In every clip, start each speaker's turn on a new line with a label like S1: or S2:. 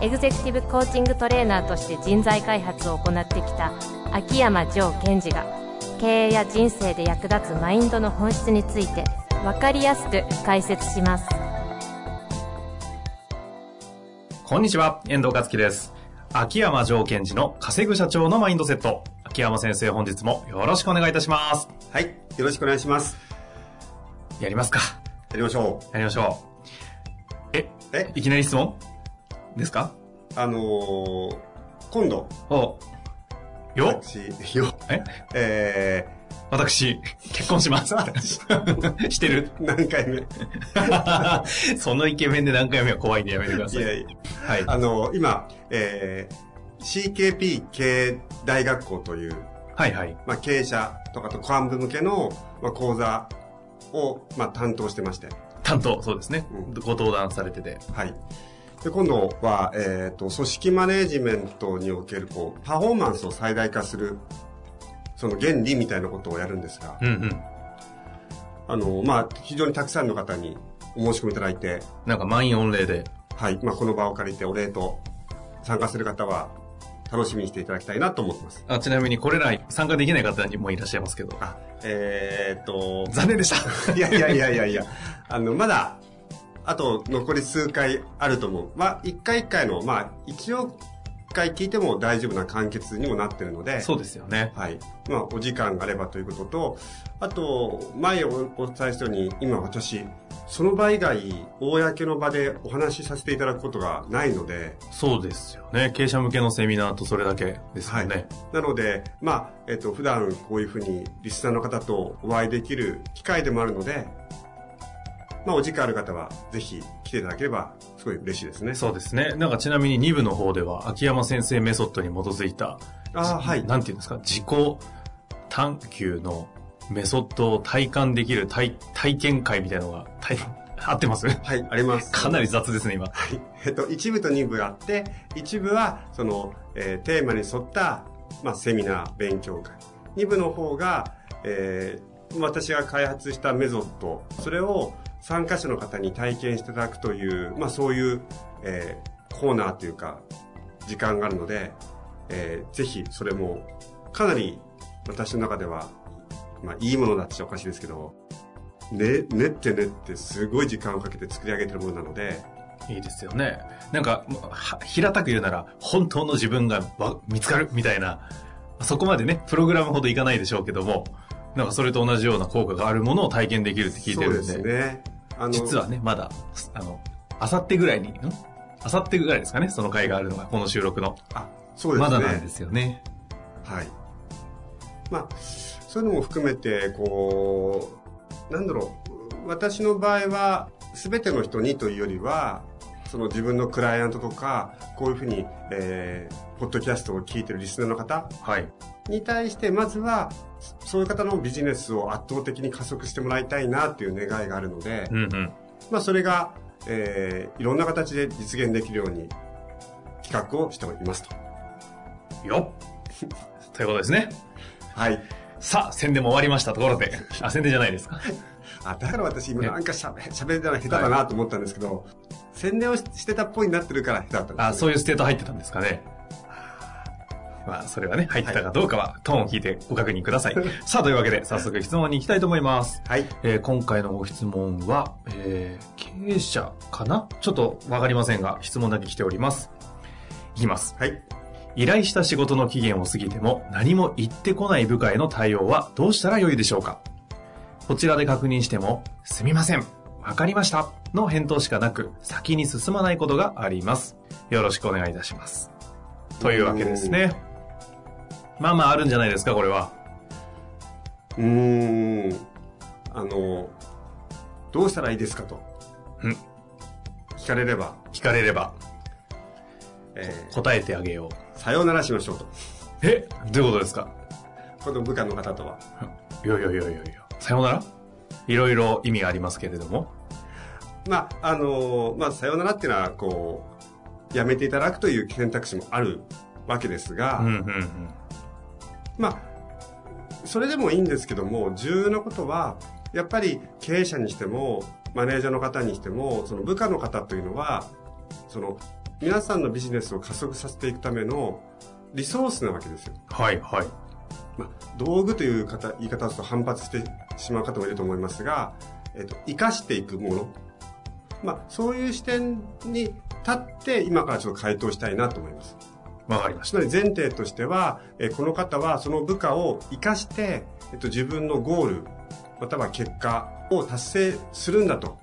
S1: エグゼクティブコーチングトレーナーとして人材開発を行ってきた秋山城賢治が経営や人生で役立つマインドの本質について分かりやすく解説します
S2: こんにちは、遠藤克樹です。秋山条件時の稼ぐ社長のマインドセット。秋山先生、本日もよろしくお願いいたします。
S3: はい。よろしくお願いします。
S2: やりますか。
S3: やりましょ
S2: やりましょう。え、
S3: う。え、
S2: いきなり質問ですか
S3: あのー、今度、
S2: およ
S3: 私、よ、
S2: え
S3: え
S2: 私、結婚します。して る
S3: ー、何回目い
S2: そのイケメンで何回目は怖いんでやめてください。
S3: やいや、
S2: はい。
S3: あのー、今、えー、CKP 経営大学校という、
S2: はいはい。
S3: まあ、経営者とかと幹部向けの、まあ、講座を、まあ、担当してまして、
S2: 担当、そうですね
S3: うん。
S2: ご登壇されてて。
S3: はい。で、今度は、えっ、と、組織マネジメントにおける、こう、パフォーマンスを最大化する、その原理みたいなことをやるんですが、
S2: うんうん。
S3: あの、まあ、非常にたくさんの方にお申し込みいただいて、
S2: なんか満員御礼で。
S3: はい、まあ、この場を借りてお礼と参加する方は楽しみにしていただきたいなと思ってます。
S2: あちなみにこれらに参加できない方にもいらっしゃいますけど。
S3: あ、えー、っと、
S2: 残念でした。
S3: いやいやいやいやいや、あの、まだ、あと残り数回あると思う。まあ、一回一回の、まあ、一応回聞いても大丈夫な完結にもなってるので、
S2: そうですよね。
S3: はい。まあ、お時間があればということと、あと、前おお伝えしたように、今私、その場以外、公の場でお話しさせていただくことがないので、
S2: そうですよね。経営者向けのセミナーとそれだけですよね。
S3: なので、まあ、えっと、普段こういうふうにリスナーの方とお会いできる機会でもあるので、まあ、お時間ある方は、ぜひ来ていただければ、すごい嬉しいですね。
S2: そうですね。なんかちなみに2部の方では、秋山先生メソッドに基づいた、
S3: あーはい。
S2: なんていうんですか、自己探求のメソッドを体感できる体体験会みたいなのが、体 合ってます
S3: はい、あります。
S2: かなり雑ですね、今。
S3: はいえっと、一部と二部あって、一部は、その、えーテーマに沿った、まあ、セミナー、勉強会。二部の方が、えー私が開発したメソッド、それを参加者の方に体験していただくという、まあ、そういう、えーコーナーというか、時間があるので、えーぜひ、それも、かなり、私の中では、まあ、いいものだっておかしいですけど、ね、練って練って、すごい時間をかけて作り上げてるものなので、
S2: いいですよね。なんか、は平たく言うなら、本当の自分がわ見つかるみたいな、そこまでね、プログラムほどいかないでしょうけども、なんかそれと同じような効果があるものを体験できるって聞いてるんで、
S3: そうですね。あの
S2: 実はね、まだ、すあの、あさってぐらいに、んあさってぐらいですかね、その会があるのが、この収録の。
S3: あ、そうです
S2: ま
S3: ね。
S2: だなんですよね。
S3: はい。まあ、そういうのも含めて、こう、なんだろう、私の場合は、すべての人にというよりは、その自分のクライアントとか、こういうふうに、えー、ポッドキャストを聞いてるリスナーの方
S2: はい。
S3: に対して、まずは、そういう方のビジネスを圧倒的に加速してもらいたいなという願いがあるので、
S2: うんうん。
S3: まあ、それが、えー、いろんな形で実現できるように企画をしておりますと。
S2: よっということですね。
S3: はい。
S2: さあ、宣伝も終わりましたところで。あ、宣伝じゃないですか。
S3: あ、だから私今なんか喋、喋りたら下手だなと思ったんですけど、宣伝をししてたっぽいになってるから下手だったんです、ね。
S2: あ、そういうステート入ってたんですかね。まあ、それはね、入ってたかどうかは、トーンを聞いてご確認くだ さい。さあ、というわけで、早速質問に行きたいと思います。
S3: はい。
S2: えー今回のご質問は、えー経営者かなちょっとわかりませんが、質問だけ来ております。いきます。
S3: はい。
S2: 依頼した仕事の期限を過ぎても何も言ってこない部下への対応はどうしたらよいでしょうかこちらで確認しても、すみません、わかりましたの返答しかなく、先に進まないことがあります。よろしくお願いいたします。というわけですね。まあまああるんじゃないですか、これは。
S3: うーん。あの、どうしたらいいですかと。
S2: うん
S3: 聞かれれば、
S2: 聞かれれば、
S3: え
S2: 答えてあげよう。
S3: ーさようならしましょうと。
S2: えどういうことですか
S3: この部下の方とは。
S2: いやいやいやいやいや。さようならいろいろ意味がありますけれども。
S3: まあ、あのーまあ、さよならっていうのは、こう、やめていただくという選択肢もあるわけですが、
S2: うんうんうん。
S3: まあ、それでもいいんですけども、重要なことは、やっぱり経営者にしても、マネージャーの方にしても、その部下の方というのは、その、皆さんのビジネスを加速させていくためのリソースなわけですよ。
S2: はいはい。
S3: まあ、道具という方言い方をすると反発してしまう方もいると思いますが、えっと、生かしていくもの。まあ、そういう視点に立って、今からちょっと回答したいなと思います。
S2: わかりまし
S3: つまり前提としては、えーこの方はその部下を生かして、えっと、自分のゴール、または結果を達成するんだと。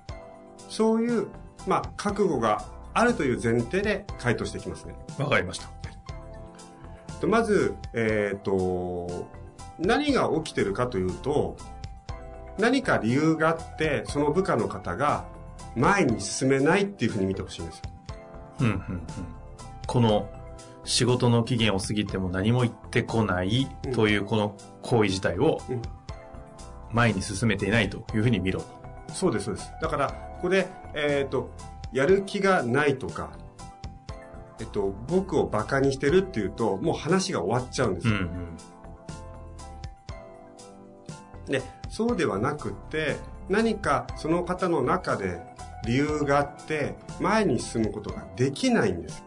S3: そういう、まあ、覚悟があるという前提で回答していきますね。
S2: た。わかりました。
S3: とまず、えっ、と、何が起きてるかというと、何か理由があって、その部下の方が前に進めないっていうふうに見てほしいんですよ。
S2: うんうんうん。この仕事の期限を過ぎても何も言ってこないというこの行為自体を
S3: うん
S2: 前に進めていないというふうに見ろ。
S3: そうです、そうです。だから、ここで、えっ、と、やる気がないとか、えっと、僕をバカにしてるっていうと、もう話が終わっちゃうんです
S2: うんう
S3: よ。
S2: ん。
S3: で、そうではなくって、何かその方の中で理由があって、前に進むことができないんです。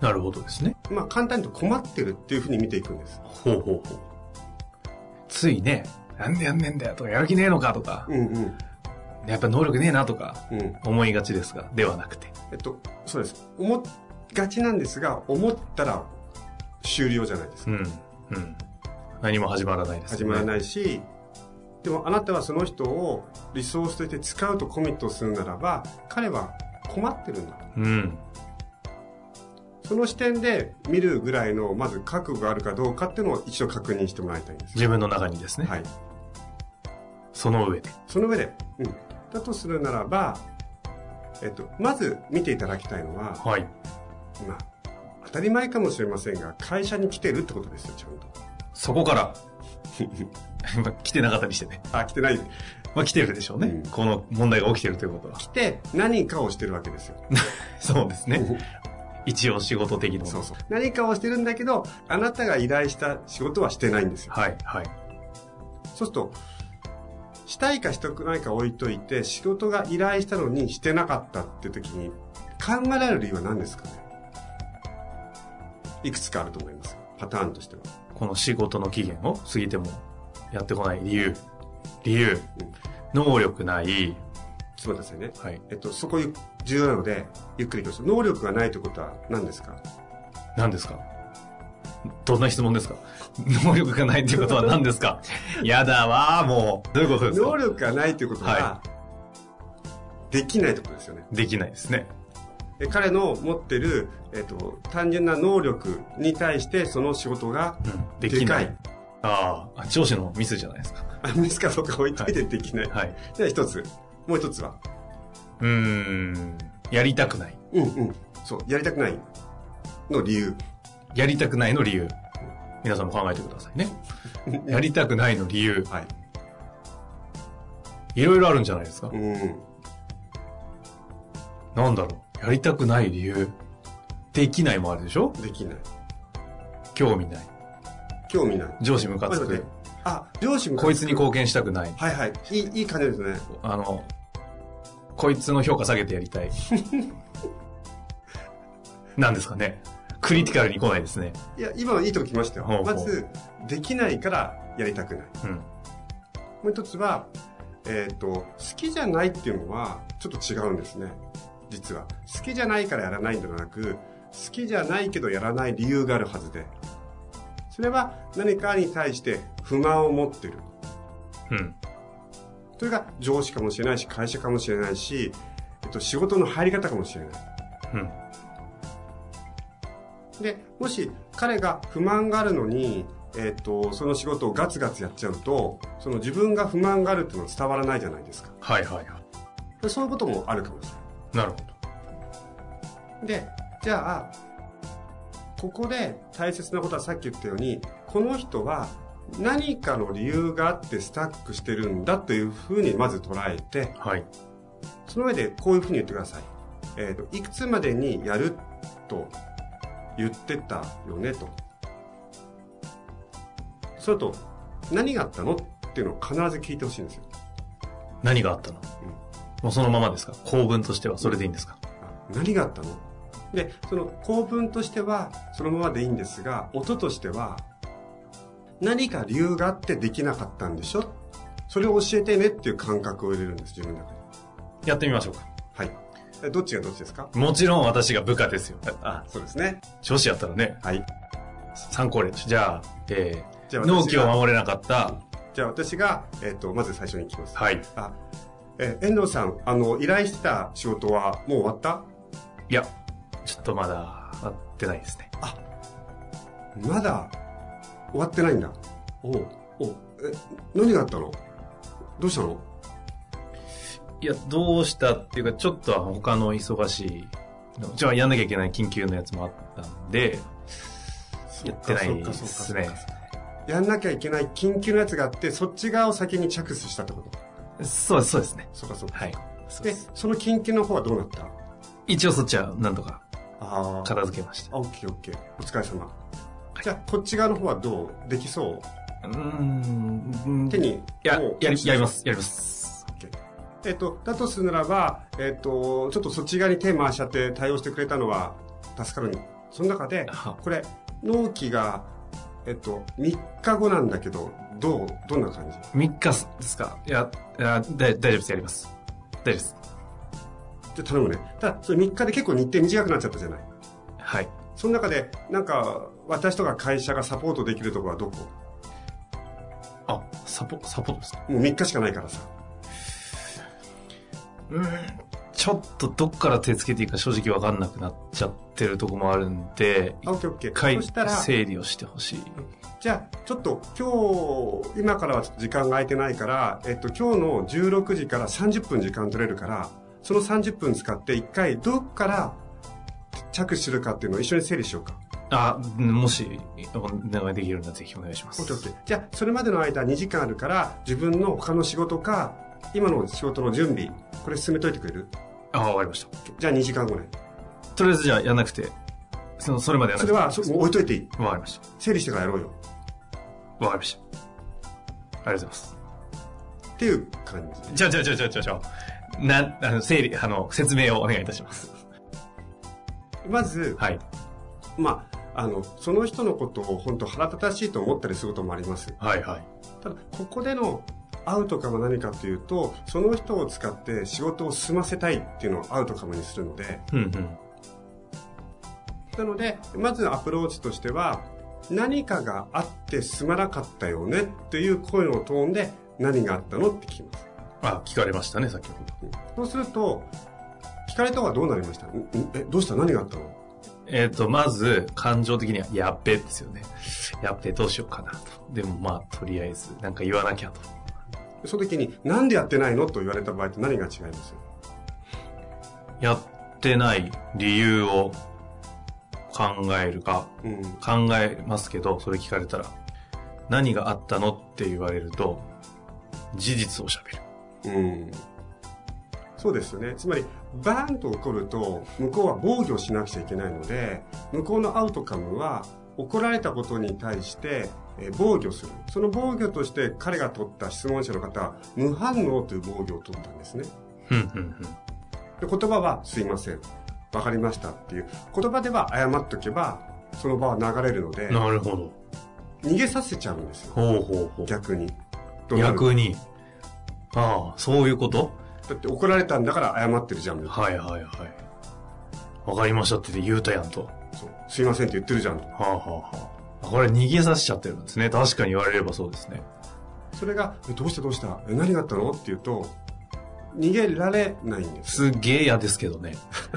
S2: なるほどですね。
S3: まあ、簡単に言うと困ってるっていうふうに見ていくんです。
S2: ほうほうほう。ついね、なんでやんねんだよとか、やる気ねえのかとか
S3: う、んうん。
S2: やっぱ能力ねえなとか、
S3: うん。
S2: 思いがちですが、ではなくて。
S3: えっと、そうです。思っがちなんですが、思ったら終了じゃないですか
S2: うん。うん。何も始まらないです、
S3: 始まら
S2: い。
S3: ないし、でもあなたはその人をリソースとして使うとコミットするならば、彼は困ってるんだ。
S2: うん。
S3: その視点で見るぐらいの、まず覚悟があるかどうかっていうのを一度確認してもらいたいんです。
S2: 自分の中にですね。
S3: はい。
S2: その上で。
S3: その上で、うん。だとするならば、えっと、まず見ていただきたいのは、
S2: はい。
S3: まあ、当たり前かもしれませんが、会社に来てるってことですよ、ちゃんと。
S2: そこ から、まあ来てなかったりしてね。
S3: あ、来てない。
S2: まあ来てるでしょうね。
S3: うん
S2: この問題が起きてるということは。
S3: 来て何かをしてるわけですよ。
S2: そうですね。一応仕事的なもの
S3: そうそう。何かをしてるんだけど、あなたが依頼した仕事はしてないんですよ。
S2: はい、はい。
S3: そうすると、したいかしたくないか置いといて、仕事が依頼したのにしてなかったって時に、考えられる理由は何ですかねいくつかあると思います。パターンとしては。
S2: この仕事の期限を過ぎてもやってこない理由。理由。
S3: うん
S2: 能力ない。
S3: つまりですよね。
S2: はい。
S3: えっと、そこゆ重要なので、ゆっくりとして。能力がないってことは何ですか
S2: 何ですかどんな質問ですか能力がないっていうことは何ですかやだわー、もう。どういうことです
S3: 能
S2: か
S3: 力がないってことは、
S2: は
S3: できないってことですよね。
S2: できないですね。
S3: で彼の持ってる、えっと、単純な能力に対して、その仕事が
S2: うんで
S3: で
S2: き
S3: か。
S2: ないい。あーあ、上司のミスじゃないですか。
S3: あミスかどうか置いといてできない。
S2: はい。
S3: じゃあ一つ。もう一つは。
S2: うーん。やりたくない。
S3: うんうん。そう。やりたくないの理由。
S2: やりたくないの理由。皆さんも考えてくださいね。やりたくないの理由。
S3: はい。
S2: いろいろあるんじゃないですか
S3: う。ん。
S2: なんだろう。やりたくない理由。できないもあるでしょ
S3: できない。
S2: 興味ない。
S3: 興味ない。
S2: 上司ムカ
S3: あ
S2: つ
S3: 待って
S2: く。
S3: あ、上司も。
S2: こいつに貢献したくない。
S3: はいはい。いい、いい感じですね。
S2: あの、こいつの評価下げてやりたい。 なんですかね。クリティカルに来ないですね。
S3: いや、今はいいとこ来ました
S2: ほうほう
S3: よ。まず、できないからやりたくない。
S2: うん。
S3: もう一つは、えっ、と、好きじゃないっていうのは、ちょっと違うんですね。実は。好きじゃないからやらないんではなく、好きじゃないけどやらない理由があるはずで。それは何かに対して不満を持ってる。
S2: うん。
S3: それが上司かもしれないし、会社かもしれないし、えっと、仕事の入り方かもしれない。
S2: うん。
S3: で、もし彼が不満があるのに、えっと、その仕事をガツガツやっちゃうと、その自分が不満があるっていうのは伝わらないじゃないですか。
S2: はいはいは。
S3: でそういうこともあるかもしれな
S2: な
S3: い
S2: るほど。
S3: い。で、じゃあ、ここで大切なことはさっき言ったように、この人は何かの理由があってスタックしてるんだというふうにまず捉えて、
S2: はい。
S3: その上でこういうふうに言ってください。えっ、と、いくつまでにやると言ってたよねと。それと、何があったのっていうのを必ず聞いてほしいんですよ。
S2: 何があったの、もうそのままですか構文としてはそれでいいんですか
S3: 何があったので、その構文としてはそのままでいいんですが、音としては何か理由があってできなかったんでしょそれを教えてねっていう感覚を入れるんです、自分の中で。
S2: やってみましょうか。
S3: はい。えどっちがどっちですか
S2: もちろん私が部下ですよ。あ、
S3: そうですね。
S2: 上司やったらね、
S3: はい。
S2: 参考例として。じゃあ、え
S3: じゃあ
S2: ー、
S3: 私が
S2: 納期を守れなかった。
S3: じゃあ私が、えっ、と、まず最初に聞きます。
S2: はい。
S3: あ、え、遠藤さん、あの、依頼してた仕事はもう終わった
S2: いや、ちょっとまだ、合ってないですね。
S3: まだ終わってないんだ。おうおうえ、何があったのどうしたの
S2: いや、どうしたっていうか、ちょっとは他の忙しいの、じゃあやんなきゃいけない緊急のやつもあったんで、やってないですね。
S3: やんなきゃいけない緊急のやつがあって、そっち側を先に着手したってこと
S2: そうです、そうですね。
S3: そうかそうか。
S2: はい。そうで
S3: で、
S2: す。
S3: その緊急の方はどうなった
S2: 一応そっちはなんとか
S3: あー
S2: 片付けました。
S3: あ、オッケーオッケー。お疲れ様。じゃあ、こっち側の方はどうできそう
S2: ーん。
S3: う手
S2: い
S3: に
S2: や
S3: もう、
S2: やり、やります、やります。
S3: えっと、だとするならば、えっと、ちょっとそっち側に手回しちゃって対応してくれたのは助かるに。その中で
S2: は、
S3: これ、納期が、えっと、3日後なんだけど、どう、どんな感じ
S2: 3日ですかいや、いやだ大丈夫です、やります。大丈夫です。
S3: じゃ、頼むね。ただ、それ3日で結構日程短くなっちゃったじゃない。
S2: はい。
S3: その中で、なんか、私とか会社がサポートできるところはどこ
S2: あ、サポ、サポートですか
S3: もう3日しかないからさ。
S2: うん。ちょっとどっから手つけていいか正直わかんなくなっちゃってるとこもあるんで、
S3: あ、オッケーオッケ
S2: 一
S3: ー。
S2: 回
S3: そしたら、
S2: 整理をしてほしい。
S3: じゃあ、ちょっと今日、今からはちょっと時間が空いてないから、えっと、今日の16時から30分時間取れるから、その30分使って一回どっから着手するかっていうのを一緒に整理しようか。
S2: あ、もし、お願いできるならぜひお願いしま
S3: オッケーオッケ
S2: す。
S3: ーじゃあ、それまでの間2時間あるから、自分の他の仕事か、今の仕事の準備、これ進めといてくれる
S2: あ、わかりました。
S3: じゃあ2時間後ね。
S2: とりあえずじゃあやんなくて、その、それまでやん
S3: そ
S2: な
S3: れ
S2: くて。
S3: は、そもう置いといていい。
S2: わかりました。
S3: 整理してからやろうよ。
S2: わかりました。ありがとうございます。
S3: っていう感じ。
S2: じゃあじゃあじゃあじゃあじゃあじゃあな、あの、整理、あの、説明をお願いいたします。
S3: まず、
S2: はい。
S3: まあ、あの、その人のことを本当腹立たしいと思ったりすることもあります。
S2: はいはい。
S3: ただここでのアウトカムは何かというとその人を使って仕事を済ませたいっていうのをアウトカムにするので
S2: うんうん。
S3: なのでまずのアプローチとしては何かがあって済まなかったよねっていう声のトーンで何があったのって聞きます
S2: あ、聞かれましたね、先ほど。
S3: そうすると聞かれた方はどうなりましたんんえどうした何があったの
S2: えっ、と、まず、感情的には、やっべですよね。やっべ、どうしようかなと。でも、まあ、とりあえず、なんか言わなきゃと。
S3: その時になんでやってないのと言われた場合と何が違います
S2: やってない理由を考えるか、
S3: うん
S2: 考えますけど、それ聞かれたら、何があったのって言われると、事実を喋る。
S3: うんそうですよね。つまり、バーンと怒ると、向こうは防御しなくちゃいけないので、向こうのアウトカムは、怒られたことに対して、えー防御する。その防御として彼が取った質問者の方は、無反応という防御を取ったんですね。
S2: ふんふんふん。
S3: で言葉は、すいません。わかりましたっていう。言葉では謝っとけば、その場は流れるので、
S2: なるほど。
S3: 逃げさせちゃうんですよ。
S2: ほうほうほう。
S3: 逆に。どうなる
S2: 逆に。ああ、そういうこと
S3: だって怒られたんだから謝ってるじゃん。
S2: はいはいはい。わかりましたって言うたやんと。は
S3: そうすいませんって言ってるじゃん。
S2: あはあはあ。これ逃げさせちゃってるんですね。確かに言われればそうですね。
S3: それが、えどうしたどうしたえ何があったのって言うと、逃げられないんです。
S2: すげえ嫌ですけど ね。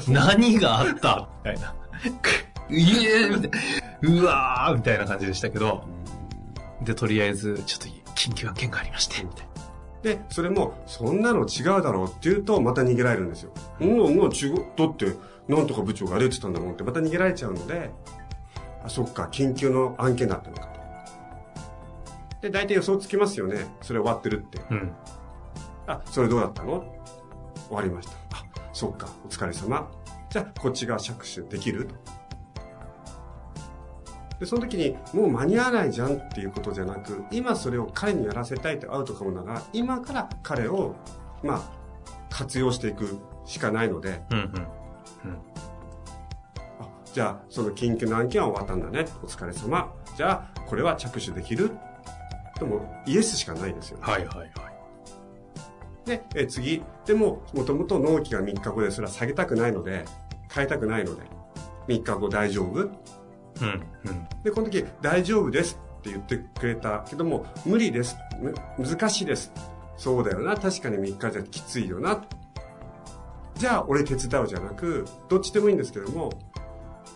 S2: 何があったみたいな。くいえみたいなうわーみたいな感じでしたけど。で、とりあえず、ちょっと緊急案件がありまして、みたいな。
S3: で、それも、そんなの違うだろうって言うと、また逃げられるんですよ。うん、うん、違う。だって、なんとか部長があれって言ってたんだもんって、また逃げられちゃうので、あ、そっか、緊急の案件だったのかと。で、大体予想つきますよね。それ終わってるって。
S2: うん。
S3: あ、それどうだったの終わりました。あ、そっか、お疲れ様。じゃあ、こっちが着手できると。で、その時に、もう間に合わないじゃんっていうことじゃなく、今それを彼にやらせたいってアウトかもなら、今から彼を、まあ、活用していくしかないので、
S2: うんうん。
S3: あじゃあ、その緊急の案件は終わったんだね。お疲れ様。じゃあ、これは着手できるでも、イエスしかないですよね。
S2: はいはいはい。
S3: で、えー次。でも、もともと納期が3日後で、それは下げたくないので、変えたくないので、3日後大丈夫
S2: うんうん。
S3: で、この時、大丈夫ですって言ってくれたけども、無理です。む難しいです。そうだよな。確かに3日じゃきついよな。じゃあ、俺手伝うじゃなく、どっちでもいいんですけども、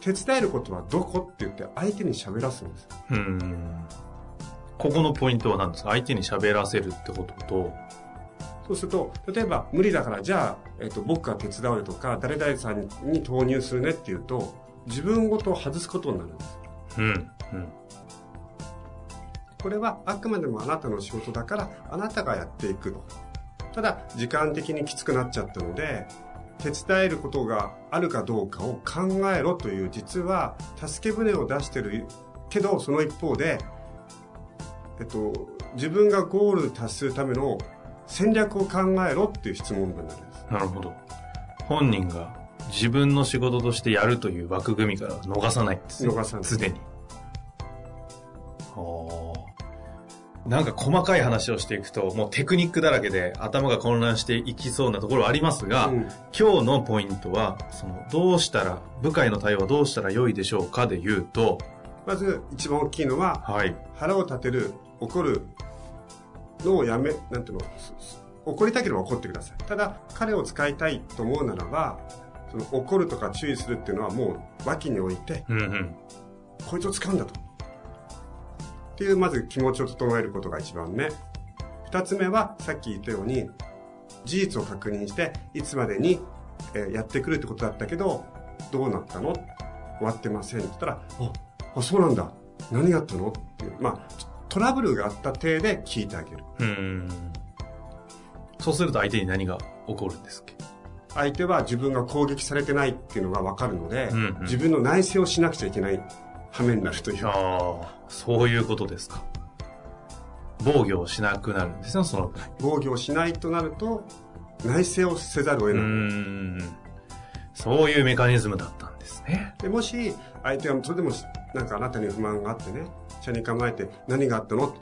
S3: 手伝えることはどこって言って相手に喋らすんです。
S2: うん。ここのポイントは何ですか相手に喋らせるってことと、
S3: そうすると、例えば無理だから、じゃあ、えっと、僕が手伝うよとか、誰々さんに投入するねっていうと、自分ごとを外すことになるんです。
S2: うん、うん。
S3: これはあくまでもあなたの仕事だから、あなたがやっていくと。ただ、時間的にきつくなっちゃったので、手伝えることがあるかどうかを考えろという、実は、助け舟を出してるけど、その一方で、えっと、自分がゴールに達するための戦略を考えろっていう質問文なんです。
S2: なるほど。本人が自分の仕事としてやるという枠組みから逃さないんですよ。
S3: 逃さない
S2: 常に。おーなんか細かい話をしていくと、もうテクニックだらけで頭が混乱していきそうなところはありますが、
S3: うん
S2: 今日のポイントは、その、どうしたら、部下への対応はどうしたら良いでしょうかで言うと、
S3: まず一番大きいのは
S2: はい。
S3: 腹を立てる怒るのをやめなんていうのすす怒りたければ怒ってくださいただ彼を使いたいと思うならばその怒るとか注意するっていうのはもう脇に置いて
S2: うんうん。
S3: こいつを使うんだとっていうまず気持ちを整えることが一番目二つ目はさっき言ったように事実を確認していつまでにえーやってくるってことだったけどどうなったの終わってませんって言ったら「ああそうなんだ何があったの?」っていうまあトラブルがあった体で聞いてあげる
S2: うん。そうすると相手に何が起こるんですっけ
S3: 相手は自分が攻撃されてないっていうのが分かるので、
S2: うんうん
S3: 自分の内省をしなくちゃいけない羽目になるという
S2: ああ、そういうことですか。防御をしなくなるんですよ、その分。
S3: 防御をしないとなると内省をせざるを
S2: う
S3: 得
S2: ー
S3: ない、
S2: ん。そういうメカニズムだったんですね。
S3: でもし相手はそれでもなんかあなたに不満があってね車に構えて「何があったの?」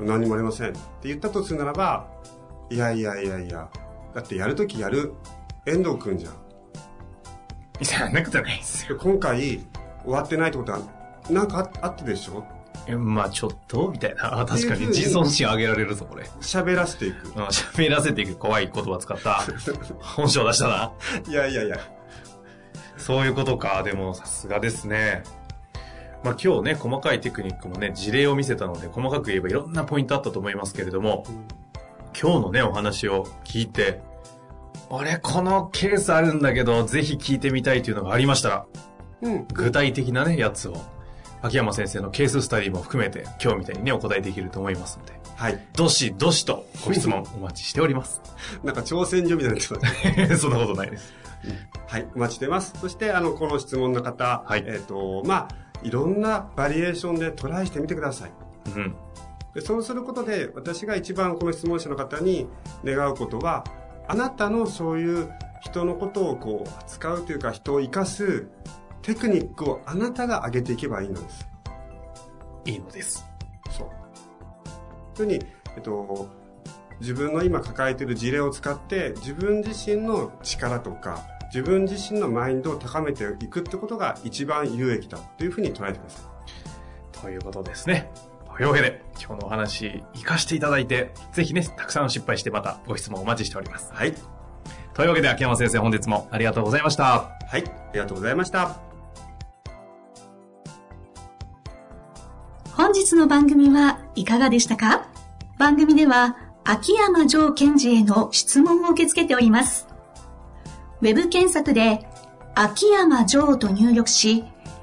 S3: 何もありません」って言ったとするならば「いやいやいやいやだってやるときやる遠藤君じゃん
S2: いや、なくてないです
S3: で今回終わってないってことはなんかああってでしょ?
S2: よ。まあちょっと、みたいな。あ確か
S3: っていうふう
S2: に
S3: に
S2: 自尊心上げられるぞ、これ。」
S3: 喋らせていく
S2: うん喋らせていく怖い言葉使 った。本性出したな。
S3: いやいやいや
S2: そういうことか。でも、さすがですね。まあ今日ね、細かいテクニックもね、事例を見せたので、細かく言えばいろんなポイントあったと思いますけれども、今日のね、お話を聞いて、俺このケースあるんだけど、ぜひ聞いてみたいというのがありましたら、
S3: うん
S2: 具体的なね、やつを、秋山先生のケーススタディも含めて、今日みたいにね、お答えできると思いますので、
S3: はい
S2: どしどしとご質問お待ちしております。
S3: なんか挑戦状みたいになって ま す
S2: そんなことないです。
S3: はい、お待ちしてます。そして、あの、この質問の方、
S2: はい
S3: えっ、と、まあ、いろんなバリエーションでトライしてみてください。
S2: うん。
S3: でそうすることで、私が一番この質問者の方に願うことは、あなたのそういう人のことをこう、扱うというか、人を生かすテクニックをあなたが上げていけばいいのです。
S2: いいのです。
S3: そう。というふうに、えっと、自分の今抱えている事例を使って、自分自身の力とか、自分自身のマインドを高めていくってことが一番有益だというふうに捉えてくださ
S2: ということですね。というわけで、今日のお話、活かしていただいて、ぜひね、たくさん失敗してまたご質問お待ちしております。
S3: い。はい。
S2: というわけで、秋山先生、本日もありがとうございました。
S3: はい。ありがとうございました。
S4: 本日の番組はいかがでしたか番組では秋山城賢治への質問を受け付けております。ウェブ検索で秋山城と入力し、